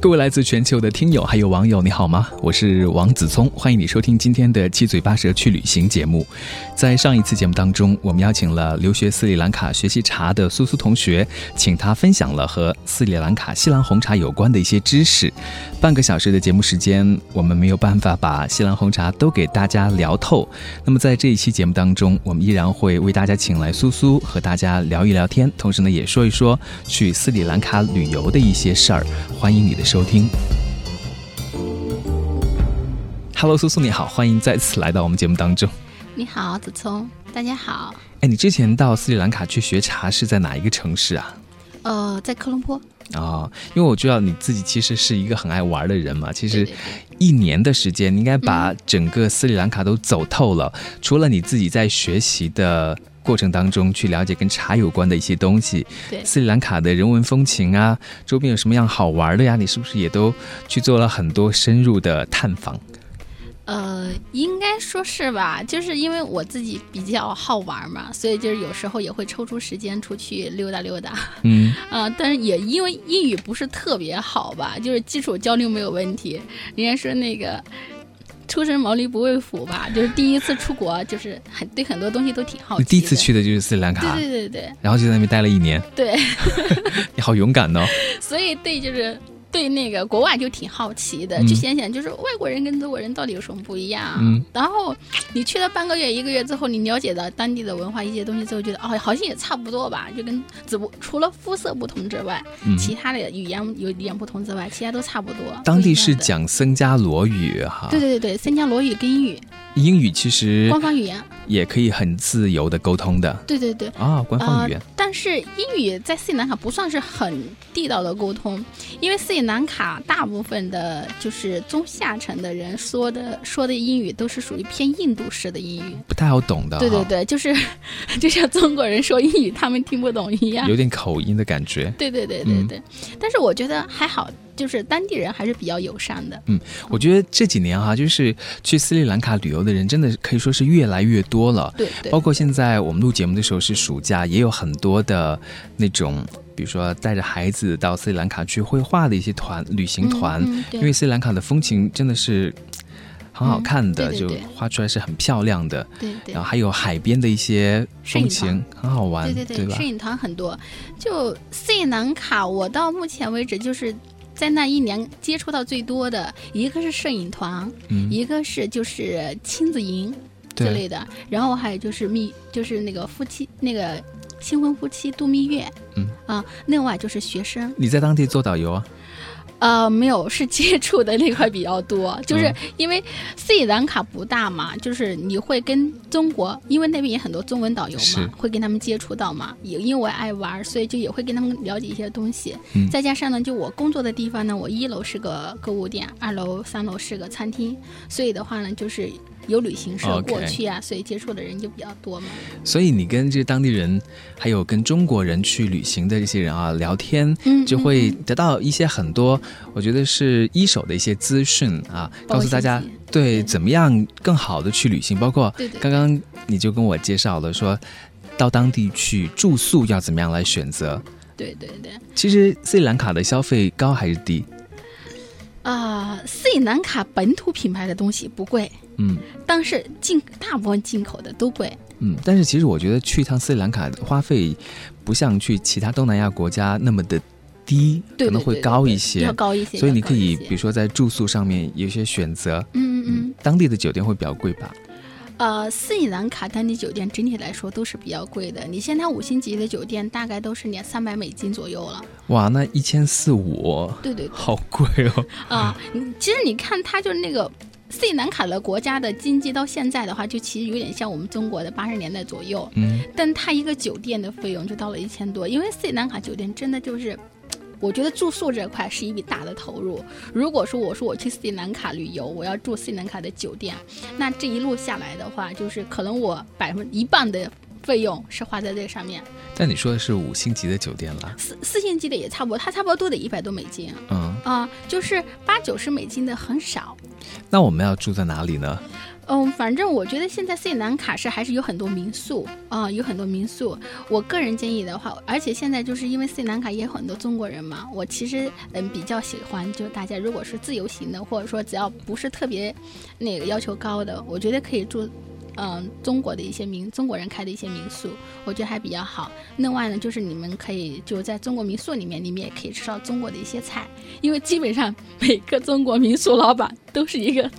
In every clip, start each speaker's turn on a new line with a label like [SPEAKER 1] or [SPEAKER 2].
[SPEAKER 1] 各位来自全球的听友还有网友，你好吗？我是王子聪，欢迎你收听今天的《七嘴八舌去旅行》节目。在上一次节目当中，我们邀请了留学斯里兰卡学习茶的苏苏同学，请他分享了和斯里兰卡西兰红茶有关的一些知识。半个小时的节目时间，我们没有办法把西兰红茶都给大家聊透。那么在这一期节目当中，我们依然会为大家请来苏苏和大家聊一聊天，同时呢也说一说去斯里兰卡旅游的一些事儿。欢迎你的收听。Hello，苏苏你好，欢迎再次来到我们节目当中。
[SPEAKER 2] 你好，子聪，大家好。
[SPEAKER 1] 哎，你之前到斯里兰卡去学茶是在哪一个城市啊？
[SPEAKER 2] 呃，在科隆坡，
[SPEAKER 1] 啊、因为我知道你自己其实是一个很爱玩的人嘛，其
[SPEAKER 2] 对
[SPEAKER 1] 实
[SPEAKER 2] 对嗯对
[SPEAKER 1] 一年的时间，你应该把整个斯里兰卡都走透了。除了你自己在学习的过程当中去了解跟茶有关的一些东西，
[SPEAKER 2] 对
[SPEAKER 1] 斯里兰卡的人文风情啊，周边有什么样好玩的呀？你是不是也都去做了很多深入的探访？
[SPEAKER 2] 哦呃，应该说是吧，就是因为我自己比较好玩嘛，所以就是有时候也会抽出时间出去溜达溜达。
[SPEAKER 1] 嗯，
[SPEAKER 2] 啊、但是也因为英语不是特别好吧，就是基础交流没有问题。人家说那个初生毛驴不畏虎吧，就是第一次出国，就是很对很多东西都挺好奇
[SPEAKER 1] 你
[SPEAKER 2] 的。
[SPEAKER 1] 第一次？去的就是斯里兰卡，
[SPEAKER 2] 对对对
[SPEAKER 1] 然后就在那边待了一年，
[SPEAKER 2] 对
[SPEAKER 1] 你好勇敢哦！
[SPEAKER 2] 对，所以对就是。对那个国外就挺好奇的，
[SPEAKER 1] 嗯
[SPEAKER 2] 就想想就是外国人跟中国人到底有什么不一样。
[SPEAKER 1] 嗯
[SPEAKER 2] 然后你去了半个月、一个月之后，你了解到当地的文化一些东西之后，觉得哦，好像也差不多吧，就跟只不除了肤色不同之外，
[SPEAKER 1] 嗯，
[SPEAKER 2] 其他的语言有语言不同之外，其他都差不多。
[SPEAKER 1] 当地
[SPEAKER 2] 不一
[SPEAKER 1] 是
[SPEAKER 2] 样的，
[SPEAKER 1] 讲僧伽罗语哈、
[SPEAKER 2] 对哦对对对，新加罗语跟英语
[SPEAKER 1] 英语其实
[SPEAKER 2] 官方语言，
[SPEAKER 1] 也可以很自由的沟通的
[SPEAKER 2] 对对对。
[SPEAKER 1] 啊、官方语言
[SPEAKER 2] 呃。但是英语在斯里兰卡不算是很地道的沟通，因为斯里兰卡大部分的就是中下层的人说的说的英语都是属于偏印度式的英语。
[SPEAKER 1] 不太好懂的、哈
[SPEAKER 2] 对对对，就是 就像中国人说英语他们听不懂一样。
[SPEAKER 1] 有点口音的感觉。
[SPEAKER 2] 对对对对
[SPEAKER 1] 嗯
[SPEAKER 2] 对，但是我觉得还好，就是当地人还是比较友善的。
[SPEAKER 1] 我觉得这几年哈、就是去斯里兰卡旅游的人，真的可以说是越来越多了。
[SPEAKER 2] 对对
[SPEAKER 1] 包括现在我们录节目的时候是暑假，也有很多的那种，比如说带着孩子到斯里兰卡去绘画的一些团旅行团，
[SPEAKER 2] 嗯嗯对
[SPEAKER 1] 因为斯里兰卡的风情真的是很好看的，
[SPEAKER 2] 嗯对对对
[SPEAKER 1] 就画出来是很漂亮的。
[SPEAKER 2] 对对
[SPEAKER 1] 然后还有海边的一些风
[SPEAKER 2] 摄影
[SPEAKER 1] 情，很好玩，
[SPEAKER 2] 对对，
[SPEAKER 1] 吧
[SPEAKER 2] 摄？影团很多。就斯里兰卡，我到目前为止就是在那一年接触到最多的一个是摄影团，
[SPEAKER 1] 嗯，
[SPEAKER 2] 一个是就是亲子营之
[SPEAKER 1] 对，
[SPEAKER 2] 类的，然后还有就是蜜，就是那个夫妻那个新婚夫妻度蜜月，
[SPEAKER 1] 嗯
[SPEAKER 2] 啊，另外就是学生，
[SPEAKER 1] 你在当地做导游啊？
[SPEAKER 2] 呃，没有，是接触的那块比较 多，就是
[SPEAKER 1] 嗯
[SPEAKER 2] 因为斯里兰卡不大嘛，就是你会跟中国，因为那边也很多中文导游
[SPEAKER 1] 是
[SPEAKER 2] 嘛，会跟他们接触到嘛。也因为我爱玩，所以就也会跟他们了解一些东西。
[SPEAKER 1] 嗯
[SPEAKER 2] 再加上呢，就我工作的地方呢，我一楼是个购物店，二楼、三楼是个餐厅，所以的话呢，就是有旅行社
[SPEAKER 1] OK
[SPEAKER 2] 过去啊所以接触的人就比较多嘛。
[SPEAKER 1] 所以你跟这些当地人，还有跟中国人去旅行的这些人啊聊天，
[SPEAKER 2] 嗯，
[SPEAKER 1] 就会
[SPEAKER 2] 嗯嗯
[SPEAKER 1] 得到一些很多，我觉得是一手的一些资讯啊，
[SPEAKER 2] 包括
[SPEAKER 1] 告诉大家
[SPEAKER 2] 信息
[SPEAKER 1] 对
[SPEAKER 2] 对
[SPEAKER 1] 怎么样更好的去旅行，包括
[SPEAKER 2] 对对
[SPEAKER 1] 刚刚你就跟我介绍了说，到当地去住宿要怎么样来选择。
[SPEAKER 2] 对对对。
[SPEAKER 1] 其实斯里兰卡的消费高还是低？
[SPEAKER 2] 啊、斯里兰卡本土品牌的东西不贵。
[SPEAKER 1] 嗯
[SPEAKER 2] 但是进大部分进口的都贵，
[SPEAKER 1] 嗯，但是其实我觉得去一趟斯里兰卡花费，不像去其他东南亚国家那么的低，
[SPEAKER 2] 对
[SPEAKER 1] 可能
[SPEAKER 2] 对
[SPEAKER 1] 会
[SPEAKER 2] 对
[SPEAKER 1] 高
[SPEAKER 2] 对
[SPEAKER 1] 一些。
[SPEAKER 2] 要高一些。
[SPEAKER 1] 所以你
[SPEAKER 2] 要高
[SPEAKER 1] 可以，
[SPEAKER 2] 一些
[SPEAKER 1] 比如说在住宿上面有一些选择，
[SPEAKER 2] 嗯嗯
[SPEAKER 1] 当地的酒店会比较贵吧？
[SPEAKER 2] 嗯，呃，斯里兰卡当地酒店整体来说都是比较贵的，你现在五星级的酒店大概都是两三百美金左右了。
[SPEAKER 1] 哇，那一千四五，
[SPEAKER 2] 对对，
[SPEAKER 1] 好贵哦。
[SPEAKER 2] 啊、你其实你看它就是那个。斯里兰卡的国家的经济到现在的话，就其实有点像我们中国的八十年代左右，
[SPEAKER 1] 嗯，
[SPEAKER 2] 但它一个酒店的费用就到了一千多，因为斯里兰卡酒店真的就是。我觉得住宿这块是一笔大的投入。如果说我说我去斯里兰卡旅游，我要住斯里兰卡的酒店，那这一路下来的话，就是可能我百分一半的费用是花在这上面，
[SPEAKER 1] 但你说的是五星级的酒店啦，
[SPEAKER 2] 四四星级的也差不多，它差不多都得一百多美金
[SPEAKER 1] 嗯，
[SPEAKER 2] 啊、就是八九十美金的很少。
[SPEAKER 1] 那我们要住在哪里呢？
[SPEAKER 2] 嗯，反正我觉得现在斯里兰卡是还是有很多民宿啊、有很多民宿。我个人建议的话，而且现在就是因为斯里兰卡也有很多中国人嘛，我其实嗯比较喜欢，就大家如果是自由行的，或者说只要不是特别那个要求高的，我觉得可以住。嗯，中国的一些民中国人开的一些民宿，我觉得还比较好。另外呢，就是你们可以就在中国民宿里面，你们也可以吃到中国的一些菜，因为基本上每个中国民宿老板都是一个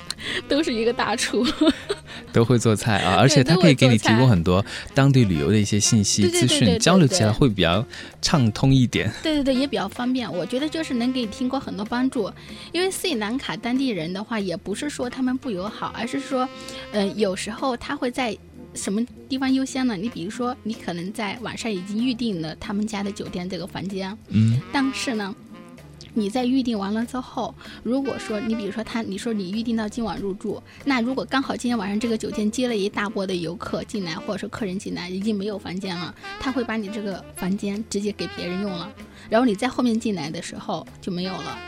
[SPEAKER 2] 都是一个大厨。
[SPEAKER 1] 都会做菜啊，而且它
[SPEAKER 2] 都
[SPEAKER 1] 可以
[SPEAKER 2] 会
[SPEAKER 1] 给
[SPEAKER 2] 做
[SPEAKER 1] 你提
[SPEAKER 2] 菜
[SPEAKER 1] 供很多当地旅游的一些信息
[SPEAKER 2] 对对
[SPEAKER 1] 资
[SPEAKER 2] 对对
[SPEAKER 1] 讯，
[SPEAKER 2] 对
[SPEAKER 1] 交流
[SPEAKER 2] 对
[SPEAKER 1] 起来会比较畅通一点。
[SPEAKER 2] 对对对，也比较方便。我觉得就是能给你提供很多帮助，因为斯里兰卡当地人的话，也不是说他们不友好，而是说，呃，有时候他会在什么地方优先呢？你比如说，你可能在晚上已经预定了他们家的酒店这个房间，
[SPEAKER 1] 嗯，
[SPEAKER 2] 但是呢。你在预定完了之后，如果说你比如说他，你说你预定到今晚入住，那如果刚好今天晚上这个酒店接了一大波的游客进来，或者是客人进来，已经没有房间了，他会把你这个房间直接给别人用了。然后你在后面进来的时候就没有了。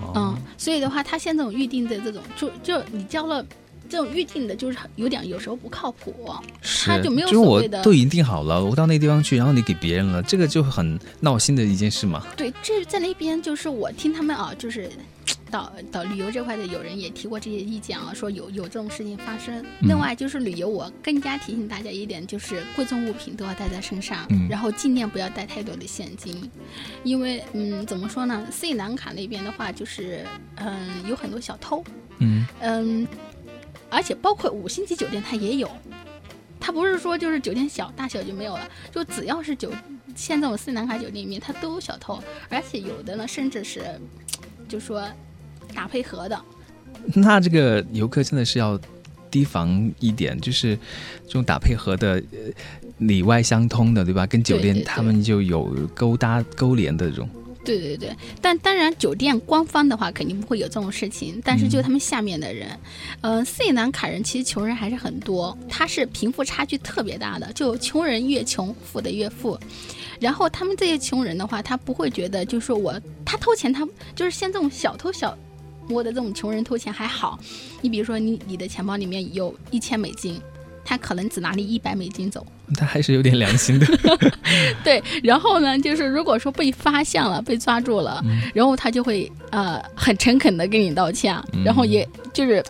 [SPEAKER 1] 哦
[SPEAKER 2] 嗯，所以的话，它现在这种预定的这种，就就你交了这种预定的，就是有点有时候不靠谱。
[SPEAKER 1] 是，
[SPEAKER 2] 它就没有
[SPEAKER 1] 是
[SPEAKER 2] 所
[SPEAKER 1] 我
[SPEAKER 2] 谓的
[SPEAKER 1] 都已经定好了，我到那地方去，然后你给别人了，这个就很闹心的一件事嘛。
[SPEAKER 2] 对，这在那边就是我听他们啊，就是。导导旅游这块的有人也提过这些意见啊，说有有这种事情发生。另外就是旅游，我更加提醒大家一点，就是贵重物品都要带在身上，
[SPEAKER 1] 嗯
[SPEAKER 2] 然后尽量不要带太多的现金，因为嗯，怎么说呢？斯里兰卡那边的话，就是嗯，有很多小偷，
[SPEAKER 1] 嗯，
[SPEAKER 2] 嗯，而且包括五星级酒店它也有，它不是说就是酒店小大小就没有了，就只要是酒，现在我斯里兰卡酒店里面它都有小偷，而且有的呢甚至是，就说打配合的，
[SPEAKER 1] 那这个游客真的是要提防一点，就是这种打配合的，呃里外相通的，对吧？跟酒
[SPEAKER 2] 对
[SPEAKER 1] 店
[SPEAKER 2] 对对
[SPEAKER 1] 他们就有勾搭勾连的这种。
[SPEAKER 2] 对对对，但当然，酒店官方的话肯定不会有这种事情，但是就他们下面的人，呃，斯里兰卡人其实穷人还是很多，他是贫富差距特别大的，就穷人越穷，富的越富。然后他们这些穷人的话，他不会觉得就是说我他偷钱，他就是像这种小偷小摸的这种穷人偷钱还好，你比如说你你的钱包里面有一千美金，他可能只拿你一百美金走。
[SPEAKER 1] 他还是有点良心的，
[SPEAKER 2] 对，然后呢，就是如果说被发现了、被抓住了，
[SPEAKER 1] 嗯
[SPEAKER 2] 然后他就会呃很诚恳的跟你道歉，然后也就是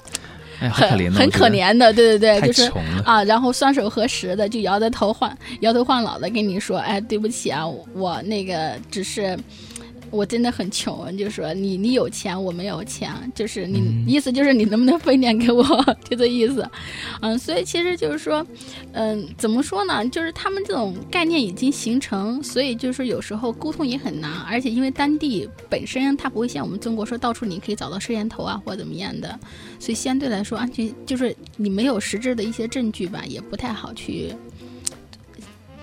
[SPEAKER 1] 哎，好
[SPEAKER 2] 很
[SPEAKER 1] 嗯可怜哦，
[SPEAKER 2] 很
[SPEAKER 1] 我觉
[SPEAKER 2] 可
[SPEAKER 1] 得，
[SPEAKER 2] 怜的，对对对，
[SPEAKER 1] 太
[SPEAKER 2] 就是
[SPEAKER 1] 穷了。
[SPEAKER 2] 啊，然后双手合十的就摇着头换摇头晃脑的跟你说，哎，对不起啊，我我那个只是。我真的很穷，就说你你有钱，我没有钱，就是你、
[SPEAKER 1] 嗯
[SPEAKER 2] 意思就是你能不能分一点给我， 就这意思，嗯，所以其实就是说，嗯，怎么说呢，就是他们这种概念已经形成，所以就是说有时候沟通也很难，而且因为当地本身它不会像我们中国说到处你可以找到摄像头啊或者怎么样的，所以相对来说，安全就是你没有实质的一些证据吧，也不太好去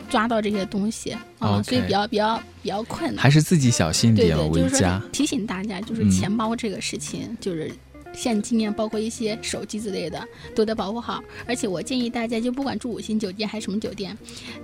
[SPEAKER 2] 抓到这些东西啊、
[SPEAKER 1] OK
[SPEAKER 2] 所以比较比较比较困难。
[SPEAKER 1] 还是自己小心一
[SPEAKER 2] 对
[SPEAKER 1] 点
[SPEAKER 2] 对，
[SPEAKER 1] 为
[SPEAKER 2] 就是
[SPEAKER 1] 佳
[SPEAKER 2] 说。提醒大家，就是
[SPEAKER 1] 嗯
[SPEAKER 2] 钱包这个事情，就是现金啊，包括一些手机之类的，都得保护好。而且我建议大家，就不管住五星酒店还是什么酒店，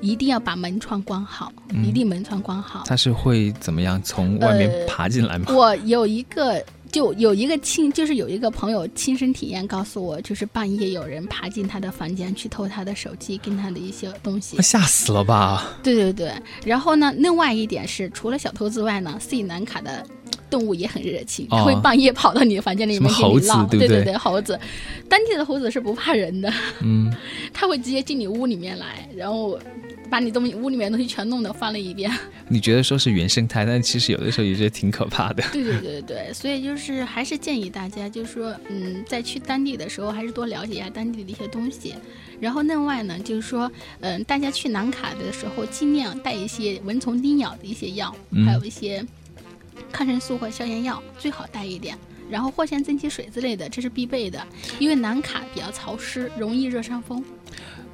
[SPEAKER 2] 一定要把门窗关好，
[SPEAKER 1] 嗯
[SPEAKER 2] 一定门窗关好。
[SPEAKER 1] 他是会怎么样从外面
[SPEAKER 2] 呃
[SPEAKER 1] 爬进来吗？
[SPEAKER 2] 我有一个，就有一个亲，就是有一个朋友亲身体验告诉我，就是半夜有人爬进他的房间去偷他的手机跟他的一些东西
[SPEAKER 1] 那。吓死了吧！
[SPEAKER 2] 对对对，然后呢，另外一点是，除了小偷之外呢，斯里兰卡的动物也很热情，
[SPEAKER 1] 哦
[SPEAKER 2] 会半夜跑到你的房间里
[SPEAKER 1] 什么
[SPEAKER 2] 面跟
[SPEAKER 1] 猴
[SPEAKER 2] 你
[SPEAKER 1] 子
[SPEAKER 2] 唠。
[SPEAKER 1] 对不
[SPEAKER 2] 对
[SPEAKER 1] 对
[SPEAKER 2] 对，猴子，当地的猴子是不怕人的，
[SPEAKER 1] 嗯，
[SPEAKER 2] 它会直接进你屋里面来，然后把你东西屋里面的东西全弄得翻了一遍。
[SPEAKER 1] 你觉得说是原生态，但其实有的时候也是挺可怕的。
[SPEAKER 2] 对对对对，所以就是还是建议大家，就是说，嗯，在去当地的时候，还是多了解一下当地的一些东西。然后另外呢，就是说，嗯、大家去南卡的时候，尽量带一些蚊虫叮咬的一些药，
[SPEAKER 1] 嗯
[SPEAKER 2] 还有一些抗生素或消炎药，最好带一点。然后藿香正气水之类的，这是必备的，因为南卡比较潮湿，容易热伤风。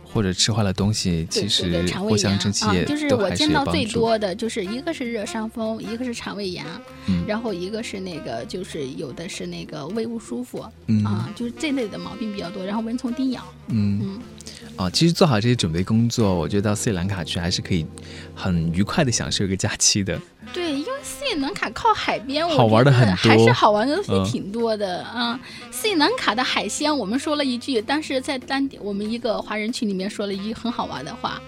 [SPEAKER 1] 或者吃坏了东西，
[SPEAKER 2] 对
[SPEAKER 1] 其
[SPEAKER 2] 对
[SPEAKER 1] 实
[SPEAKER 2] 对，肠
[SPEAKER 1] 藿
[SPEAKER 2] 胃
[SPEAKER 1] 香
[SPEAKER 2] 炎
[SPEAKER 1] 正气
[SPEAKER 2] 啊
[SPEAKER 1] 也，
[SPEAKER 2] 就是
[SPEAKER 1] 都
[SPEAKER 2] 我
[SPEAKER 1] 还是
[SPEAKER 2] 见
[SPEAKER 1] 有
[SPEAKER 2] 到
[SPEAKER 1] 帮
[SPEAKER 2] 最
[SPEAKER 1] 助。
[SPEAKER 2] 多的就是一个是热伤风，一个是肠胃炎，
[SPEAKER 1] 嗯
[SPEAKER 2] 然后一个是那个就是有的是那个胃不舒服、啊
[SPEAKER 1] 嗯
[SPEAKER 2] 啊，就是这类的毛病比较多，然后蚊虫叮咬，
[SPEAKER 1] 嗯
[SPEAKER 2] 嗯，
[SPEAKER 1] 啊，其实做好这些准备工作，我觉得到斯里兰卡去还是可以很愉快的享受一个假期的。
[SPEAKER 2] 对，因为斯里兰卡靠海边，
[SPEAKER 1] 好玩的
[SPEAKER 2] 我觉得
[SPEAKER 1] 很多
[SPEAKER 2] 还是好玩的东
[SPEAKER 1] 嗯
[SPEAKER 2] 西挺多的啊、嗯斯里兰卡的海鲜，我们说了一句，当时在当地我们一个华人群里面说了一句很好玩的话，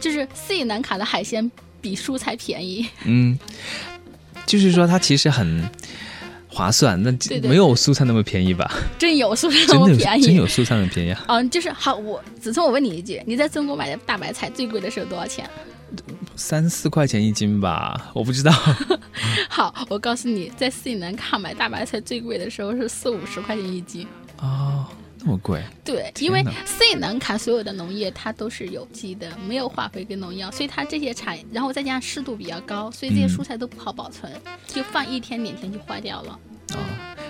[SPEAKER 2] 就是斯里兰卡的海鲜比蔬菜便宜。
[SPEAKER 1] 嗯，就是说它其实很划算，那
[SPEAKER 2] 对对
[SPEAKER 1] 没有蔬菜那么便宜吧？
[SPEAKER 2] 真有蔬菜
[SPEAKER 1] 真
[SPEAKER 2] 那么
[SPEAKER 1] 的
[SPEAKER 2] 便
[SPEAKER 1] 有真
[SPEAKER 2] 宜？
[SPEAKER 1] 有蔬菜那么便宜啊？
[SPEAKER 2] 嗯，就是好，我子聪，我问你一句，你在中国买的大白菜最贵的是多少钱？
[SPEAKER 1] 三四块钱一斤吧，我不 知道。
[SPEAKER 2] 好，我告诉你，在斯里兰卡买大白菜最贵的时候是四五十块钱一斤。
[SPEAKER 1] 哦，那么贵，
[SPEAKER 2] 对，
[SPEAKER 1] 天
[SPEAKER 2] 因为
[SPEAKER 1] 哪
[SPEAKER 2] 斯里兰卡所有的农业它都是有机的，没有化肥跟农药，所以它这些产，然后再加上湿度比较高，所以这些
[SPEAKER 1] 嗯
[SPEAKER 2] 蔬菜都不好保存，就放一天两天就坏掉了。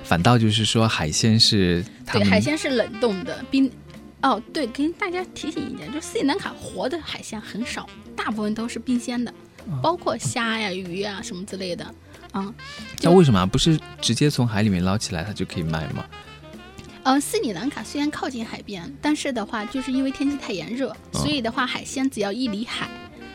[SPEAKER 1] 反倒就是说海鲜是他
[SPEAKER 2] 对，
[SPEAKER 1] 们
[SPEAKER 2] 海鲜是冷冻的，冰。哦，对，跟大家提醒一下，就斯里兰卡活的海鲜很少，大部分都是冰鲜的，
[SPEAKER 1] 啊
[SPEAKER 2] 包括虾呀、鱼呀什么之类的。啊、
[SPEAKER 1] 那为什么啊不是直接从海里面捞起来它就可以卖吗？
[SPEAKER 2] 呃，斯里兰卡虽然靠近海边，但是的话，就是因为天气太炎热，
[SPEAKER 1] 啊
[SPEAKER 2] 所以的话，海鲜只要一离海，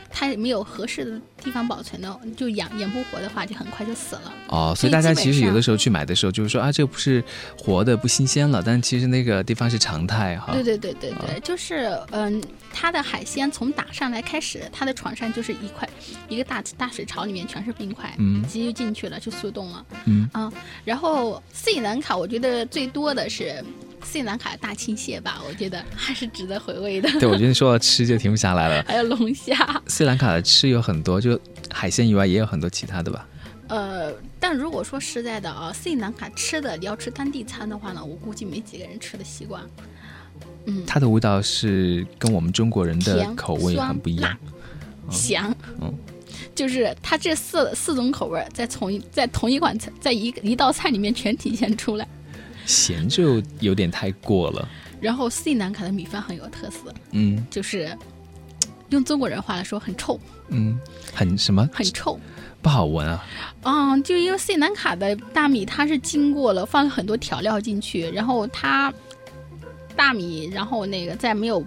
[SPEAKER 2] 它没有合适的地方保存的，就养养不活的话，就很快就死了。
[SPEAKER 1] 哦，所
[SPEAKER 2] 所
[SPEAKER 1] 以
[SPEAKER 2] 以
[SPEAKER 1] 大家
[SPEAKER 2] 基本
[SPEAKER 1] 其实有
[SPEAKER 2] 上
[SPEAKER 1] 的时候去买的时候，就是说啊，这个不是活的，不新鲜了，但其实那个地方是常态哈。
[SPEAKER 2] 对对对对
[SPEAKER 1] 啊
[SPEAKER 2] 对，就是嗯，它的海鲜从打上来开始，它的船上就是一块一个大大水槽，里面全是冰块，
[SPEAKER 1] 嗯
[SPEAKER 2] 直接就进去了，就速冻了。
[SPEAKER 1] 嗯
[SPEAKER 2] 啊，然后斯里兰卡，我觉得最多的是斯里兰卡的大青蟹吧，我觉得还是值得回味的，
[SPEAKER 1] 对，我觉得你说到吃就停不下来了。
[SPEAKER 2] 还有龙虾。
[SPEAKER 1] 斯里兰卡的吃有很多，就海鲜以外也有很多其他的吧。
[SPEAKER 2] 呃，但如果说实在的啊，斯里兰卡吃的，你要吃当地餐的话呢，我估计没几个人吃的习惯。嗯，
[SPEAKER 1] 它的味道是跟我们中国人的
[SPEAKER 2] 甜
[SPEAKER 1] 口味
[SPEAKER 2] 酸
[SPEAKER 1] 很不一样。
[SPEAKER 2] 香，
[SPEAKER 1] 嗯
[SPEAKER 2] 就是它这四四种口味儿在同一在同一款菜，在一个一道菜里面全体现出来。
[SPEAKER 1] 咸就有点太过了。
[SPEAKER 2] 然后斯里兰卡的米饭很有特色，
[SPEAKER 1] 嗯
[SPEAKER 2] 就是嘖用中国人话来说很臭，
[SPEAKER 1] 嗯，很什么
[SPEAKER 2] 很臭。
[SPEAKER 1] 不好闻啊？
[SPEAKER 2] 嗯，就因为斯里兰卡的大米，它是经过了放了很多调料进去，然后它大米，然后那个在没有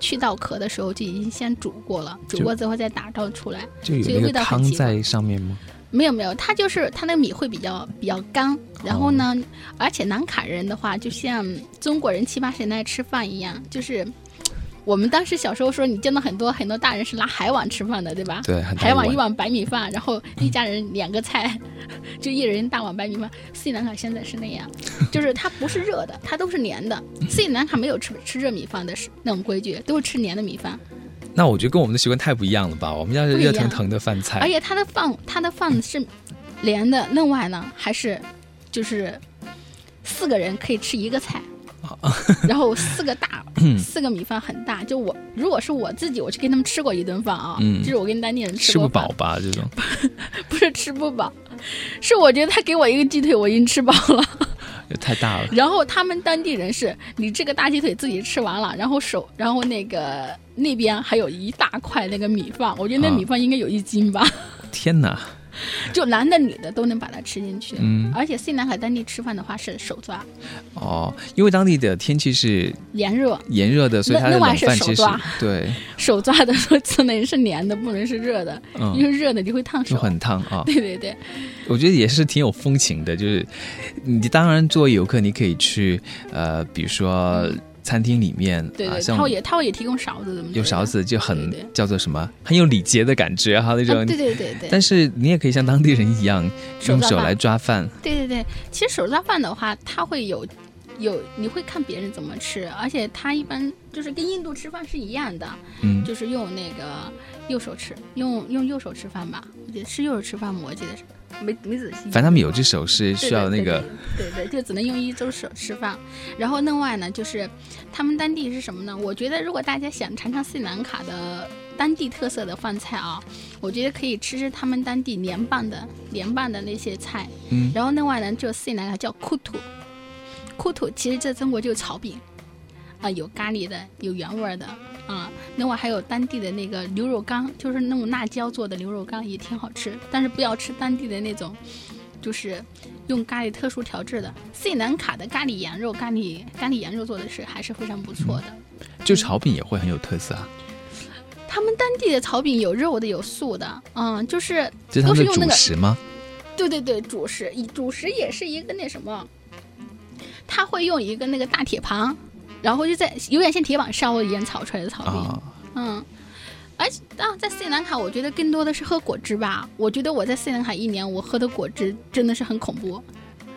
[SPEAKER 2] 去到壳的时候就已经先煮过了，煮
[SPEAKER 1] 就
[SPEAKER 2] 过之后再打造出来。
[SPEAKER 1] 就有
[SPEAKER 2] 所以
[SPEAKER 1] 那
[SPEAKER 2] 味
[SPEAKER 1] 个
[SPEAKER 2] 道很
[SPEAKER 1] 汤
[SPEAKER 2] 奇怪
[SPEAKER 1] 在上面吗？
[SPEAKER 2] 没有没有，它就是它那个米会比较比较干，然后呢，而且南卡人的话，就像中国人七八十年代吃饭一样，就是我们当时小时候说，你见到很多很多大人是拿海碗吃饭的，对吧？
[SPEAKER 1] 对，很
[SPEAKER 2] 海碗
[SPEAKER 1] 难
[SPEAKER 2] 一
[SPEAKER 1] 闻
[SPEAKER 2] 碗白米饭，然后一家人两个菜， 就一人大碗白米饭。斯里兰卡现在是那 样，就是它不是热的，它都是黏的。斯里兰卡没有吃吃热米饭的是那种规矩，都是吃黏的米饭。
[SPEAKER 1] 那我觉得跟我们的习惯太不一样了吧？我们家是
[SPEAKER 2] 不一
[SPEAKER 1] 热
[SPEAKER 2] 样啊哎
[SPEAKER 1] 腾腾的饭
[SPEAKER 2] 而
[SPEAKER 1] 菜，
[SPEAKER 2] 且它的饭，它的饭是连的，另外呢还是就是四个人可以吃一个菜，
[SPEAKER 1] 哦
[SPEAKER 2] 然后四个大
[SPEAKER 1] 嗯
[SPEAKER 2] 四个米饭很大。就我如果是我自己，我去跟他们吃过一顿饭啊，
[SPEAKER 1] 嗯
[SPEAKER 2] 就是我跟当地人
[SPEAKER 1] 吃
[SPEAKER 2] 过
[SPEAKER 1] 不
[SPEAKER 2] 饭
[SPEAKER 1] 饱，吧？这种
[SPEAKER 2] 不是吃不饱，是我觉得他给我一个鸡腿，我已经吃饱了。
[SPEAKER 1] 就太大了。
[SPEAKER 2] 然后他们当地人是你这个大鸡腿自己吃完了，然后手，然后那个那边还有一大块那个米饭，我觉得那
[SPEAKER 1] 啊
[SPEAKER 2] 米饭应该有一斤吧。
[SPEAKER 1] 天哪！
[SPEAKER 2] 就男的女的都能把它吃进去。
[SPEAKER 1] 嗯
[SPEAKER 2] 而且斯里兰卡当地吃饭的话是手抓，
[SPEAKER 1] 哦，因为当地的天气是
[SPEAKER 2] 炎热，
[SPEAKER 1] 炎热的，所以
[SPEAKER 2] 那
[SPEAKER 1] 它的
[SPEAKER 2] 那
[SPEAKER 1] 冷
[SPEAKER 2] 碗是
[SPEAKER 1] 饭
[SPEAKER 2] 手
[SPEAKER 1] 其实
[SPEAKER 2] 抓
[SPEAKER 1] 对，
[SPEAKER 2] 手抓的时候只能是凉的，不能是热的，
[SPEAKER 1] 嗯，
[SPEAKER 2] 因为热的就会烫
[SPEAKER 1] 就
[SPEAKER 2] 手。
[SPEAKER 1] 很烫啊。
[SPEAKER 2] 对对对，
[SPEAKER 1] 我觉得也是挺有风情的，就是你当然作为游客，你可以去呃，比如说餐厅里面
[SPEAKER 2] 对
[SPEAKER 1] 啊，
[SPEAKER 2] 对，
[SPEAKER 1] 像
[SPEAKER 2] 他也他也提供勺子，怎么
[SPEAKER 1] 有勺
[SPEAKER 2] 子？
[SPEAKER 1] 子就很
[SPEAKER 2] 对对
[SPEAKER 1] 叫做什么，很有礼节的感觉哈、那种。
[SPEAKER 2] 啊对对对对，
[SPEAKER 1] 但是你也可以像当地人一样，
[SPEAKER 2] 手
[SPEAKER 1] 用
[SPEAKER 2] 抓
[SPEAKER 1] 手
[SPEAKER 2] 饭
[SPEAKER 1] 来抓饭。
[SPEAKER 2] 对对对，其实手抓饭的话，它会有有你会看别人怎么吃，而且它一般就是跟印度吃饭是一样的，
[SPEAKER 1] 嗯，
[SPEAKER 2] 就是用那个右手吃，用用右手吃饭吧，我记得是右手吃饭吗？我记得是，没没仔细。
[SPEAKER 1] 反正他们有一只手是
[SPEAKER 2] 对
[SPEAKER 1] 需要
[SPEAKER 2] 对
[SPEAKER 1] 那个
[SPEAKER 2] 对对对就只能用一只手吃饭。然后另外呢，就是他们当地是什么呢？我觉得如果大家想尝尝斯里兰卡的当地特色的饭菜啊，我觉得可以吃吃他们当地凉拌的凉拌的那些菜。
[SPEAKER 1] 嗯
[SPEAKER 2] 然后另外呢，就斯里兰卡叫库土，库土其实在中国就是炒饼。啊、有咖喱的，有原味儿的，啊、另外还有当地的那个牛肉干，就是那种辣椒做的牛肉干也挺好吃，但是不要吃当地的那种，就是用咖喱特殊调制的。斯里兰卡的咖喱羊肉、咖喱咖喱羊肉做的是还是非常不错的。
[SPEAKER 1] 就炒饼也会很有特色啊，
[SPEAKER 2] 他们当地的炒饼有肉的，有素的，嗯，就是
[SPEAKER 1] 这是他
[SPEAKER 2] 都
[SPEAKER 1] 们的
[SPEAKER 2] 是用那
[SPEAKER 1] 主
[SPEAKER 2] 个
[SPEAKER 1] 食吗？
[SPEAKER 2] 对对对，主食，以主食也是一个那什么，他会用一个那个大铁盘，然后就在有点像铁板烧一样炒出来的炒饼，
[SPEAKER 1] 啊，
[SPEAKER 2] 嗯。而且啊，在斯里兰卡，我觉得更多的是喝果汁吧。我觉得我在斯里兰卡一年，我喝的果汁真的是很恐怖。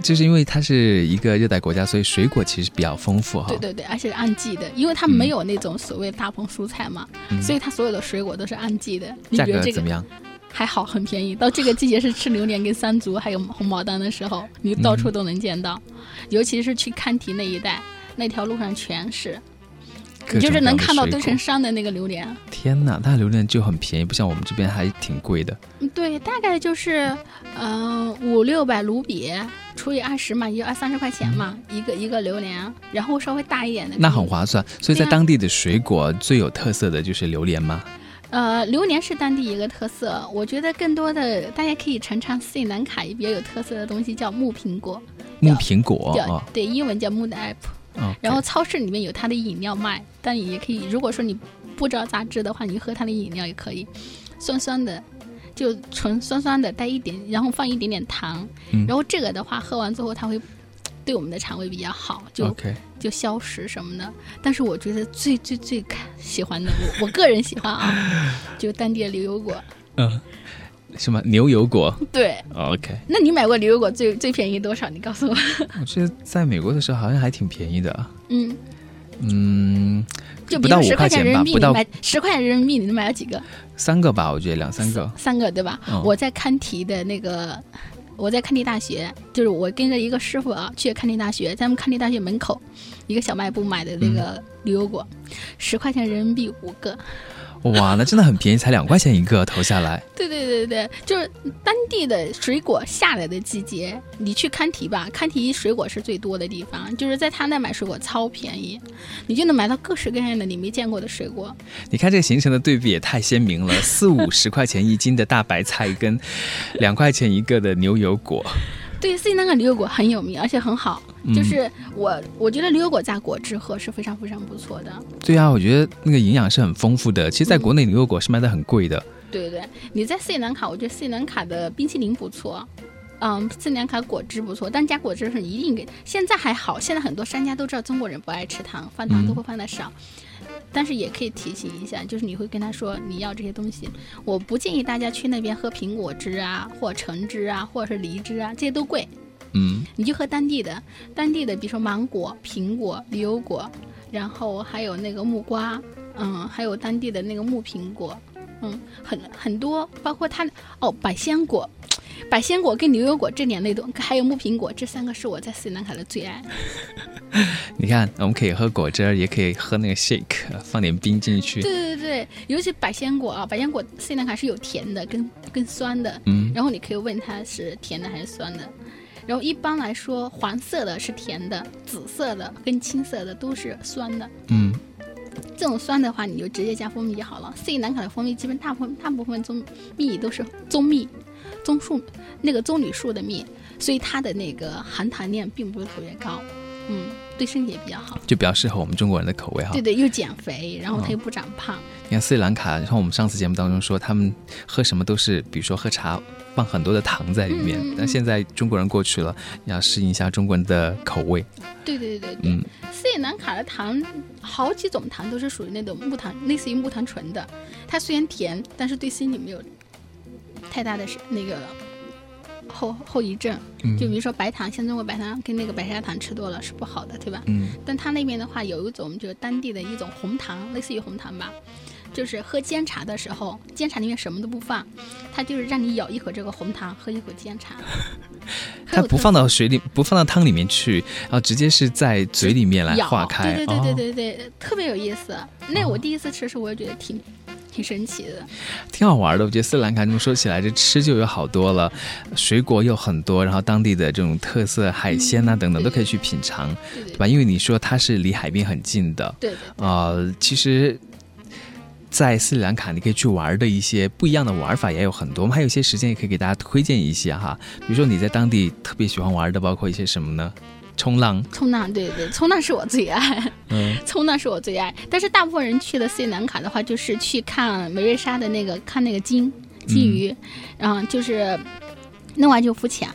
[SPEAKER 1] 就是因为它是一个热带国家，所以水果其实比较丰富哈。
[SPEAKER 2] 对对对，而且是按季的，因为它没有那种所谓大棚蔬菜嘛，
[SPEAKER 1] 嗯
[SPEAKER 2] 所以它所有的水果都是按季的。你
[SPEAKER 1] 价
[SPEAKER 2] 觉
[SPEAKER 1] 格
[SPEAKER 2] 得这
[SPEAKER 1] 怎么
[SPEAKER 2] 个
[SPEAKER 1] 样？
[SPEAKER 2] 还好，很便宜。到这个季节是吃榴莲跟山竹还有红毛丹的时候，你到
[SPEAKER 1] 嗯
[SPEAKER 2] 处都能见到，尤其是去康提那一带，那条路上全是，
[SPEAKER 1] 各
[SPEAKER 2] 你就
[SPEAKER 1] 种
[SPEAKER 2] 是
[SPEAKER 1] 各
[SPEAKER 2] 能
[SPEAKER 1] 样的
[SPEAKER 2] 看到
[SPEAKER 1] 水
[SPEAKER 2] 堆
[SPEAKER 1] 果
[SPEAKER 2] 成山的那个榴莲。
[SPEAKER 1] 天哪，它榴莲就很便宜，不像我们这边还挺贵的。
[SPEAKER 2] 嗯对，大概就是，嗯、五六百卢比除以二十嘛，也就二三十块钱嘛，一个一个榴莲，然后稍微大一点的，
[SPEAKER 1] 那很划算。所以在
[SPEAKER 2] 对啊
[SPEAKER 1] 当地的水果最有特色的就是榴莲吗？
[SPEAKER 2] 呃，榴莲是当地一个特色，我觉得更多的大家可以尝尝斯里兰卡比较有特色的东西，叫木苹果，
[SPEAKER 1] 木苹果
[SPEAKER 2] 叫、
[SPEAKER 1] 哦
[SPEAKER 2] 对，英文叫 moon apple。
[SPEAKER 1] 哦，
[SPEAKER 2] 然后超市里面有它的饮料卖，但你也可以，如果说你不知道咋制的话，你喝它的饮料也可以，酸酸的，就纯酸酸的，带一点，然后放一点点糖，
[SPEAKER 1] 嗯
[SPEAKER 2] 然后这个的话喝完之后，它会对我们的肠胃比较好，就
[SPEAKER 1] OK，
[SPEAKER 2] 就消食什么的。但是我觉得最最最看喜欢的，我我个人喜欢啊，就当地的牛油果。
[SPEAKER 1] 嗯，什么牛油果哦
[SPEAKER 2] 对，
[SPEAKER 1] ？OK，
[SPEAKER 2] 那你买过牛油果最最便宜多少？你告 诉我。
[SPEAKER 1] 我记得在美国的时候好像还挺便宜的啊。
[SPEAKER 2] 嗯，
[SPEAKER 1] 嗯，
[SPEAKER 2] 就
[SPEAKER 1] 不
[SPEAKER 2] 比
[SPEAKER 1] 到
[SPEAKER 2] 如
[SPEAKER 1] 五
[SPEAKER 2] 十
[SPEAKER 1] 块
[SPEAKER 2] 块钱
[SPEAKER 1] 钱
[SPEAKER 2] 人
[SPEAKER 1] 吧，
[SPEAKER 2] 民币，
[SPEAKER 1] 不
[SPEAKER 2] 你
[SPEAKER 1] 到
[SPEAKER 2] 买十块钱人民币，你能买到几个？
[SPEAKER 1] 三个吧，我觉得两三个。
[SPEAKER 2] 三个对吧？
[SPEAKER 1] 嗯
[SPEAKER 2] 我在康提的那个，我在康提大学，就是我跟着一个师傅啊去康提大学，在他们康提大学门口一个小卖部买的那
[SPEAKER 1] 嗯
[SPEAKER 2] 个牛油果，十块钱人民币五个。
[SPEAKER 1] 哇，那真的很便宜，才两块钱一个，投下来。
[SPEAKER 2] 对对对对，就是当地的水果下来的季节，你去康提吧，康提水果是最多的地方，就是在他那买水果超便宜，你就能买到各式各样的你没见过的水果。
[SPEAKER 1] 你看这个行程的对比也太鲜明了，四五十块钱一斤的大白菜跟两块钱一个的牛油果，
[SPEAKER 2] 对，斯里兰卡牛油果很有名，而且很好。
[SPEAKER 1] 嗯
[SPEAKER 2] 就是我，我觉得牛油果加果汁喝是非常非常不错的。
[SPEAKER 1] 对啊，我觉得那个营养是很丰富的。其实，在国内牛油果是卖的很贵的，
[SPEAKER 2] 对对对，你在斯里兰卡，我觉得斯里兰卡的冰淇淋不错，嗯，斯里兰卡果汁不错，但加果汁是一定给。现在还好，现在很多商家都知道中国人不爱吃糖，放糖
[SPEAKER 1] 嗯
[SPEAKER 2] 都会放的少。但是也可以提醒一下，就是你会跟他说你要这些东西，我不建议大家去那边喝苹果汁啊，或橙汁啊，或者是梨汁啊，这些都贵。
[SPEAKER 1] 嗯，
[SPEAKER 2] 你就喝当地的，当地的，比如说芒果、苹果、梨油果，然后还有那个木瓜，嗯，还有当地的那个木苹果，嗯，很很多，包括它哦，百香果，百香果跟牛油果这两类东，还有木苹果，这三个是我在斯里兰卡的最爱。
[SPEAKER 1] 你看，我们可以喝果汁儿，也可以喝那个 shake，放点冰进去。
[SPEAKER 2] 对对对，尤其百香果啊，百香果斯里兰卡是有甜的跟跟酸的，
[SPEAKER 1] 嗯，
[SPEAKER 2] 然后你可以问它是甜的还是酸的。然后一般来说，黄色的是甜的，紫色的跟青色的都是酸的。
[SPEAKER 1] 嗯，
[SPEAKER 2] 这种酸的话，你就直接加蜂蜜就好了。斯里兰卡的蜂蜜基本大部分大部分棕蜜都是棕蜜，棕树那个棕榈树的蜜，所以它的那个含糖量并不是特别高，嗯，对身体也比较好。
[SPEAKER 1] 就比较适合我们中国人的口味哈
[SPEAKER 2] 对。对，又减肥，然后它
[SPEAKER 1] 嗯
[SPEAKER 2] 又不长胖。
[SPEAKER 1] 你看斯里兰卡，像我们上次节目当中说，他们喝什么都是，比如说喝茶放很多的糖在里面
[SPEAKER 2] 嗯嗯嗯。
[SPEAKER 1] 但现在中国人过去了，你要适应一下中国人的口味。
[SPEAKER 2] 对对对对，
[SPEAKER 1] 嗯
[SPEAKER 2] 斯里兰卡的糖好几种糖都是属于那种木糖，类似于木糖醇的。它虽然甜，但是对身体没有太大的是那个后后遗症。
[SPEAKER 1] 嗯
[SPEAKER 2] 就比如说白糖，像中国白糖跟那个白砂糖吃多了是不好的，对吧？
[SPEAKER 1] 嗯，
[SPEAKER 2] 但它那边的话，有一种就是当地的一种红糖，类似于红糖吧，就是喝煎茶的时候，煎茶里面什么都不放，它就是让你咬一口这个红糖，喝一口煎 茶。
[SPEAKER 1] 它不放到水里，不放到汤里面去，然后直接是在嘴里面来
[SPEAKER 2] 咬，
[SPEAKER 1] 化开。
[SPEAKER 2] 对对对
[SPEAKER 1] 哦
[SPEAKER 2] 对对对，特别有意思。那我第一次吃的时候，我也觉得挺挺神奇的。
[SPEAKER 1] 挺好玩的。我觉得斯里兰卡这么说起来，这吃就有好多了，水果又很多，然后当地的这种特色海鲜呐、等等都可以去品尝，
[SPEAKER 2] 对对
[SPEAKER 1] 对吧？因为你说它是离海边很近的，
[SPEAKER 2] 对对
[SPEAKER 1] 呃，其实。在斯里兰卡，你可以去玩的一些不一样的玩法也有很多。我们还有一些时间也可以给大家推荐一些哈，比如说你在当地特别喜欢玩的，包括一些什么呢？冲浪，
[SPEAKER 2] 冲浪，对对，冲浪是我最爱，
[SPEAKER 1] 嗯
[SPEAKER 2] 冲浪是我最爱。但是大部分人去的斯里兰卡的话，就是去看梅瑞莎的那个看那个鲸鲸鱼，然后就是另外就浮潜，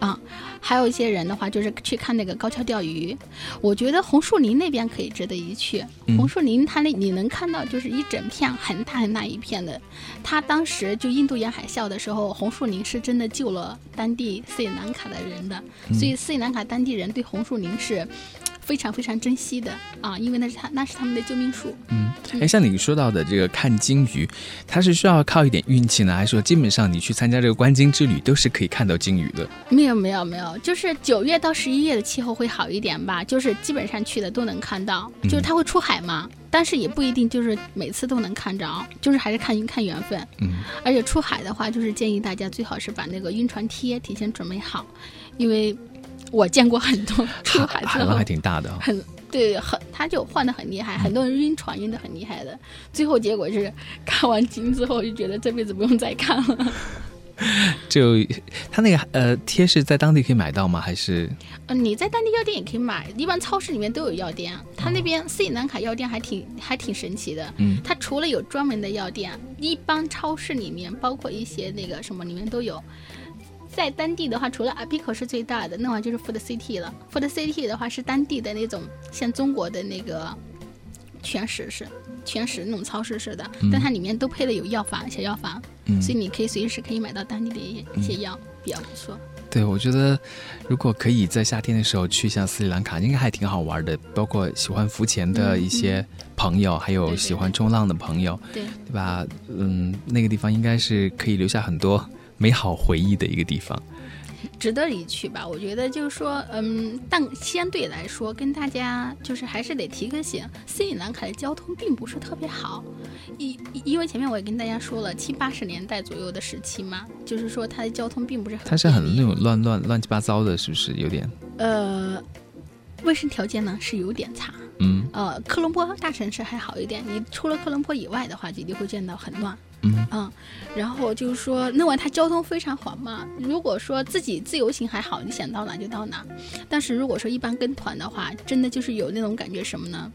[SPEAKER 2] 啊、还有一些人的话就是去看那个高跷钓鱼。我觉得红树林那边可以值得一去，
[SPEAKER 1] 嗯
[SPEAKER 2] 红树林它那你能看到就是一整片很大很大一片的。它当时就印度洋海啸的时候，红树林是真的救了当地斯里兰卡的人的，
[SPEAKER 1] 嗯
[SPEAKER 2] 所以斯里兰卡当地人对红树林是。非常非常珍惜的啊，因为那是他那是他们的救命树。
[SPEAKER 1] 嗯，哎，像你说到的这个看鲸鱼，它是需要靠一点运气呢，还是说基本上你去参加这个观鲸之旅都是可以看到鲸鱼的？
[SPEAKER 2] 没有没有没有，就是九月到十一月的气候会好一点吧，就是基本上去的都能看到，
[SPEAKER 1] 嗯
[SPEAKER 2] 就是它会出海嘛，但是也不一定就是每次都能看着，就是还是看看缘分。
[SPEAKER 1] 嗯，
[SPEAKER 2] 而且出海的话，就是建议大家最好是把那个晕船贴提前准备好，因为我见过很多出海
[SPEAKER 1] 海
[SPEAKER 2] 之
[SPEAKER 1] 浪
[SPEAKER 2] 后
[SPEAKER 1] 还挺大的、哦，
[SPEAKER 2] 很对很他就换的很厉害，很多人晕船晕的很厉害的，最后结果是看完鲸之后就觉得这辈子不用再看了。
[SPEAKER 1] 就它那个呃贴是在当地可以买到吗？还是
[SPEAKER 2] 嗯，你在当地药店也可以买，一般超市里面都有药店。它那边斯里兰卡药店还挺还挺神奇的，
[SPEAKER 1] 嗯，
[SPEAKER 2] 它除了有专门的药店，一般超市里面包括一些那个什么里面都有。在当地的话，除了 Apico 是最大的，那话就是 Food City 了。Food City 的话是当地的那种像中国的那个全食是全食那种超市似的，但它里面都配了有药房小药房，
[SPEAKER 1] 嗯
[SPEAKER 2] 所以你可以随时可以买到当地的一一些药，比较不错。
[SPEAKER 1] 对，我觉得如果可以在夏天的时候去一下斯里兰卡，应该还挺好玩的。包括喜欢浮潜的一
[SPEAKER 2] 嗯
[SPEAKER 1] 些朋友，还有
[SPEAKER 2] 对对
[SPEAKER 1] 喜欢冲浪的朋友，
[SPEAKER 2] 对。
[SPEAKER 1] 对吧？嗯，那个地方应该是可以留下很多美好回忆的一个地方。
[SPEAKER 2] 值得一去吧。我觉得就是说，嗯，但相对来说，跟大家就是还是得提个醒，斯里兰卡的交通并不是特别好，因因为前面我也跟大家说了，七八十年代左右的时期嘛，就是说它的交通并不是很
[SPEAKER 1] 它是很
[SPEAKER 2] 便利
[SPEAKER 1] 那种乱乱乱七八糟的，是不是有点？
[SPEAKER 2] 呃，卫生条件呢是有点差。
[SPEAKER 1] 嗯
[SPEAKER 2] 呃，科伦坡大城市还好一点，你除了科伦坡以外的话，就你会见到很乱。
[SPEAKER 1] 嗯
[SPEAKER 2] 嗯，然后就是说，另外它交通非常缓慢。如果说自己自由行还好，你想到哪就到哪。但是如果说一般跟团的话，真的就是有那种感觉什么呢？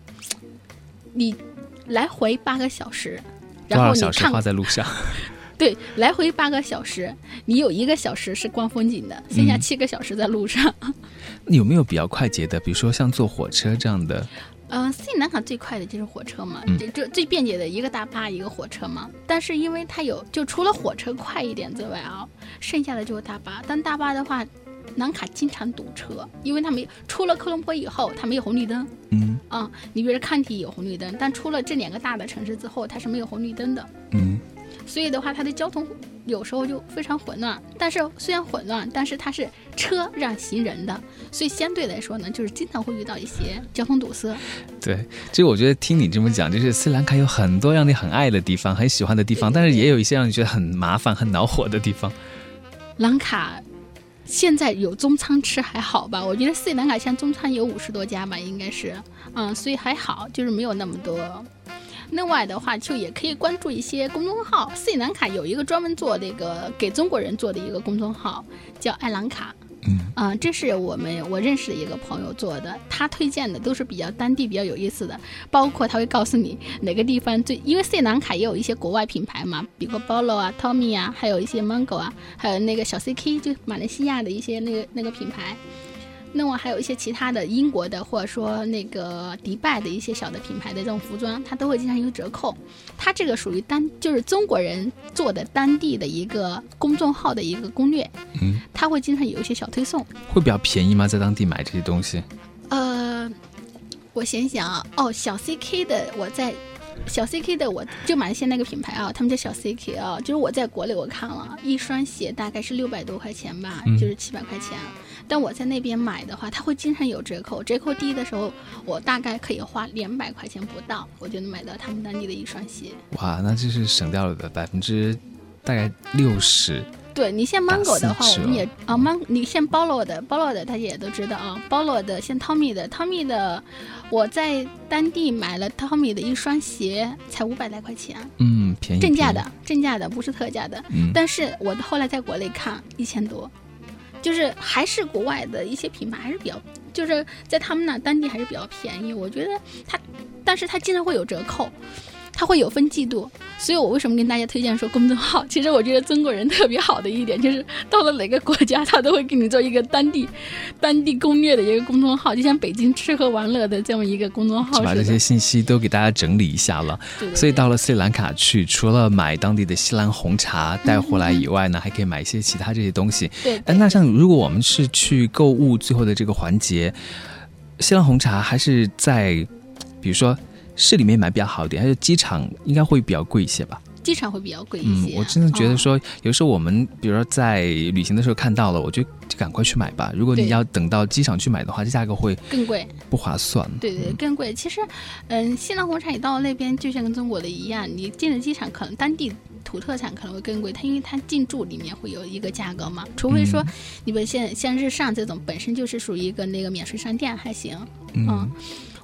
[SPEAKER 2] 你来回八个小时，
[SPEAKER 1] 多
[SPEAKER 2] 然后
[SPEAKER 1] 少
[SPEAKER 2] 你
[SPEAKER 1] 小时
[SPEAKER 2] 看
[SPEAKER 1] 花在路上？
[SPEAKER 2] 对来回八个小时，你有一个小时是逛风景的，剩下
[SPEAKER 1] 嗯
[SPEAKER 2] 七个小时在路上。
[SPEAKER 1] 有没有比较快捷的？比如说像坐火车这样的？
[SPEAKER 2] 嗯，斯里兰卡最快的就是火车嘛，
[SPEAKER 1] 嗯
[SPEAKER 2] 就就最便捷的一个大巴一个火车嘛。但是因为它有，就除了火车快一点之外啊，剩下的就是大巴。但大巴的话，南卡经常堵车，因为它没出了科伦坡以后，它没有红绿灯
[SPEAKER 1] 嗯
[SPEAKER 2] 啊、你比如说康体有红绿灯，但出了这两个大的城市之后，它是没有红绿灯的。
[SPEAKER 1] 嗯
[SPEAKER 2] 所以的话，它的交通有时候就非常混乱。但是虽然混乱，但是它是车让行人的，所以相对来说呢，就是经常会遇到一些交通堵塞。
[SPEAKER 1] 对，其实我觉得听你这么讲，就是斯里兰卡有很多让你很爱的地方，很喜欢的地方，
[SPEAKER 2] 对
[SPEAKER 1] 但是也有一些让你觉得很麻烦、很恼火的地方。
[SPEAKER 2] 兰卡现在有中餐吃还好吧？我觉得斯里兰卡现在中餐有五十多家吧，应该是，嗯，所以还好，就是没有那么多。另外的话，就也可以关注一些公众号，斯里兰卡有一个专门做那个给中国人做的一个公众号，叫爱兰卡。
[SPEAKER 1] 嗯
[SPEAKER 2] 啊、这是我们我认识的一个朋友做的，他推荐的都是比较当地比较有意思的，包括他会告诉你哪个地方最，因为斯里兰卡也有一些国外品牌嘛，比如说 Polo 啊、Tommy 啊，还有一些 Mango 啊，还有那个小 CK，就马来西亚的一些那个那个品牌。另外还有一些其他的英国的，或者说那个迪拜的一些小的品牌的这种服装，它都会经常有折扣。它这个属于当就是中国人做的当地的一个公众号的一个攻略，
[SPEAKER 1] 嗯，
[SPEAKER 2] 它会经常有一些小推送。
[SPEAKER 1] 会比较便宜吗？在当地买这些东西？
[SPEAKER 2] 呃，我想想啊，哦，小 CK 的我在。小 CK 的我就马来西亚那个品牌啊，他们叫小 CK 啊，就是我在国内我看了一双鞋大概是六百多块钱吧，
[SPEAKER 1] 嗯
[SPEAKER 2] 就是七百块钱。但我在那边买的话，它会经常有折扣，折扣低的时候我大概可以花两百块钱不到，我就能买到他们当地的一双鞋。
[SPEAKER 1] 哇，那就是省掉了百分之大概六十。
[SPEAKER 2] 对你像 Mango 的话
[SPEAKER 1] 打四，折
[SPEAKER 2] 我们也啊 Mang，你像 Bolo 的 Bolo 的大家也都知道啊，Bolo 的像 Tommy 的 Tommy 的，我在当地买了 Tommy 的一双鞋，才五百来块钱，啊
[SPEAKER 1] 嗯，便宜
[SPEAKER 2] 正价。
[SPEAKER 1] 便
[SPEAKER 2] 的，正价的，不是特价的。
[SPEAKER 1] 宜嗯，
[SPEAKER 2] 但是我后来在国内看一千多，就是还是国外的一些品牌还是比较就是在他们那当地还是比较便宜。我觉得它，但是它经常会有折扣，它会有分季度。所以我为什么跟大家推荐说公众号？其实我觉得中国人特别好的一点就是，到了哪个国家，他都会给你做一个当地、当地攻略的一个公众号，就像北京吃喝玩乐的这么一个公众号
[SPEAKER 1] 就把
[SPEAKER 2] 似
[SPEAKER 1] 这
[SPEAKER 2] 的
[SPEAKER 1] 些。信息都给大家整理一下了。
[SPEAKER 2] 对对对
[SPEAKER 1] 所以到了斯里兰卡去，除了买当地的西兰红茶带回
[SPEAKER 2] 嗯
[SPEAKER 1] 来以外呢，还可以买一些其他这些东西。
[SPEAKER 2] 对，
[SPEAKER 1] 哎，那像如果我们是去购物最后的这个环节，西兰红茶还是在，比如说市里面买比较好一点，还是机场应该会比较贵一些吧？
[SPEAKER 2] 机场会比较贵一
[SPEAKER 1] 嗯
[SPEAKER 2] 些。，
[SPEAKER 1] 我真的觉得
[SPEAKER 2] 嗯
[SPEAKER 1] 说，有时候我们比如说在旅行的时候看到了，我就就赶快去买吧。如果你
[SPEAKER 2] 对
[SPEAKER 1] 要等到机场去买的话，这价格会
[SPEAKER 2] 更贵。
[SPEAKER 1] 不划算。
[SPEAKER 2] 对对，更贵。其实，嗯，新浪红茶你到那边就像跟中国的一样，你进了机场，可能当地土特产可能会更贵，它因为它进驻里面会有一个价格嘛。除非说
[SPEAKER 1] 嗯
[SPEAKER 2] 你们现像日上这种本身就是属于一个那个免税商店还行，
[SPEAKER 1] 嗯
[SPEAKER 2] 嗯。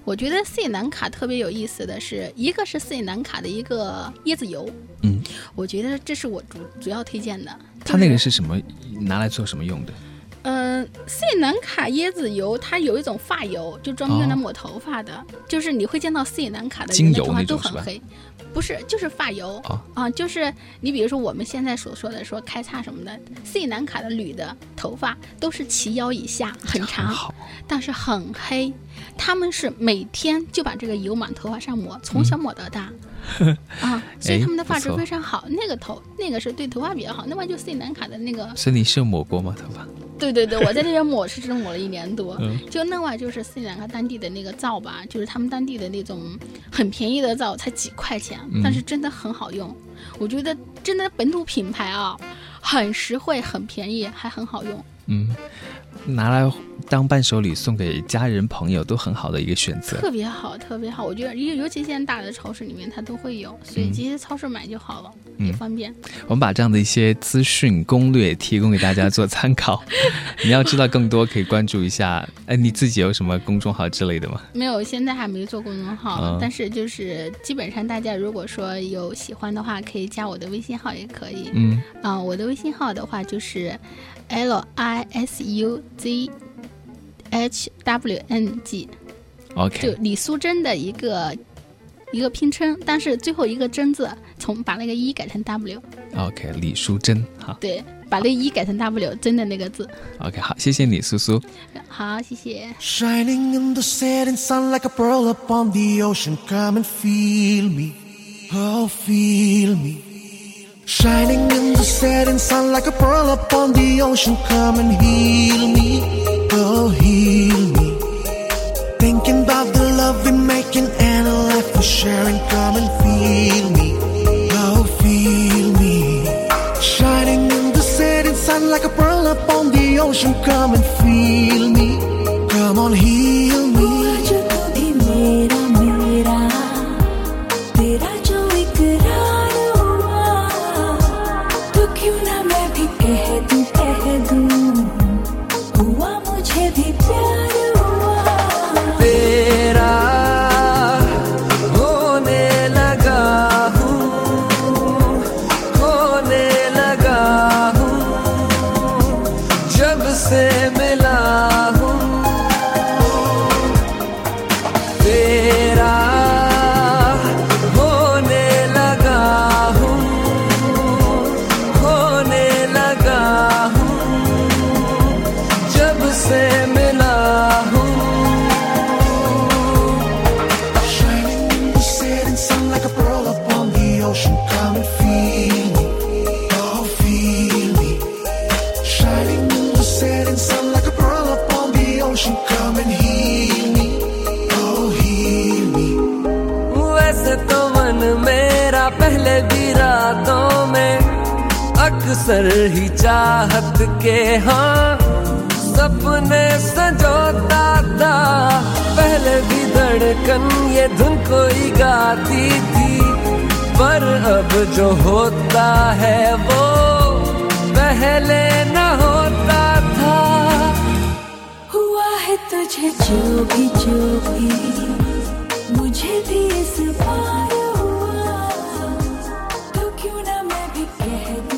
[SPEAKER 2] 我觉得斯里兰卡特别有意思的是，一个是斯里兰卡的一个椰子油，
[SPEAKER 1] 嗯，
[SPEAKER 2] 我觉得这是我主主要推荐的。
[SPEAKER 1] 它那个是什么？拿来做什么用的？
[SPEAKER 2] 嗯，斯里兰卡椰子油它有一种发油，就专门用来抹头发的，就是你会见到斯里兰卡的
[SPEAKER 1] 精
[SPEAKER 2] 人
[SPEAKER 1] 油
[SPEAKER 2] 的头发
[SPEAKER 1] 那
[SPEAKER 2] 都
[SPEAKER 1] 种是
[SPEAKER 2] 很
[SPEAKER 1] 吧
[SPEAKER 2] 黑，不是，就是发油
[SPEAKER 1] 啊
[SPEAKER 2] 啊、就是你比如说我们现在所说的说开叉什么的，斯里兰卡的女的头发都是齐腰以下，很
[SPEAKER 1] 很
[SPEAKER 2] 长，
[SPEAKER 1] 好，
[SPEAKER 2] 但是很黑，他们是每天就把这个油往头发上抹，从小抹到大，啊，所以
[SPEAKER 1] 哎
[SPEAKER 2] 他们的
[SPEAKER 1] 不
[SPEAKER 2] 发质
[SPEAKER 1] 错
[SPEAKER 2] 非常好。那个头，那个是对头发比较好。另外就斯里兰卡的那个，
[SPEAKER 1] 所以你是有抹过吗？头发？
[SPEAKER 2] 对对对，我在那边抹是真抹了一年多。
[SPEAKER 1] 嗯
[SPEAKER 2] 就另外就是斯里兰卡当地的那个皂吧，就是他们当地的那种很便宜的皂，才几块钱，
[SPEAKER 1] 嗯
[SPEAKER 2] 但是真的很好用。我觉得真的本土品牌啊，很实惠、很便宜，还很好用。
[SPEAKER 1] 嗯，拿来当伴手礼送给家人朋友都很好的一个选择。
[SPEAKER 2] 特别好，特别好。我觉得尤尤其现在大的超市里面它都会有，所以直接超市买就好了，也
[SPEAKER 1] 嗯
[SPEAKER 2] 方便。
[SPEAKER 1] 我们把这样的一些资讯攻略提供给大家做参考。你要知道更多，可以关注一下。哎，你自己有什么公众号之类的吗？
[SPEAKER 2] 没有，现在还没做公众号，
[SPEAKER 1] 嗯
[SPEAKER 2] 但是就是基本上大家如果说有喜欢的话，可以加我的微信号也可以。
[SPEAKER 1] 嗯，
[SPEAKER 2] 啊、我的微信号的话就是 L I S U Z H W N G，就
[SPEAKER 1] OK，
[SPEAKER 2] 李淑珍的一个。一个拼称，但是最后一个“真”字，从把那个一改成 W，
[SPEAKER 1] OK，李淑珍，好
[SPEAKER 2] 对，把那一改成 W，真的那个字。
[SPEAKER 1] ，OK，好，谢谢你，苏苏。
[SPEAKER 2] 好，谢谢。
[SPEAKER 3] Shining in the setting sun like a pearl upon the ocean. Come and feel me. Oh, feel me. Shining in the setting sun like a pearl upon the ocean. Come and heal me. Oh, heal me. Thinking about the love we're making and a life we're sharing. Come and feel me. Oh, feel me. Shining in the setting sun like a pearl upon the ocean. Come and feel me. Come on, heal me.
[SPEAKER 4] आज तू भी मेरा मेरा तेरा जो इकरार हुआ तो क्यों ना मैं भी कह दूं कह दूं हुआ मुझे भी प्यार हुआ
[SPEAKER 5] तेरा होने लगा हूँ होने लगा हूँ जब से मिला हूँ तेरा होने लगा हूँ होने लगा हूँ जब से मिला हूँ
[SPEAKER 3] Shining in the setting sun like a pearl upon the ocean. Come and feel me, oh feel me. Shining in the setting sun like a pearl upon the ocean. Come and heal me, oh heal me.
[SPEAKER 5] वैसे तो मन मेरा पहले भी रातों में अक्सर ही चाहत के हाँ सपने सजोता था पहले भी धड़कन ये धुन कोई गाती थी पर अब जो होता है वो पहले न होता था
[SPEAKER 4] हुआ है तुझे जो भी जो भी मुझे भी इस पार हुआ तो क्यों ना मैं भी कह दूं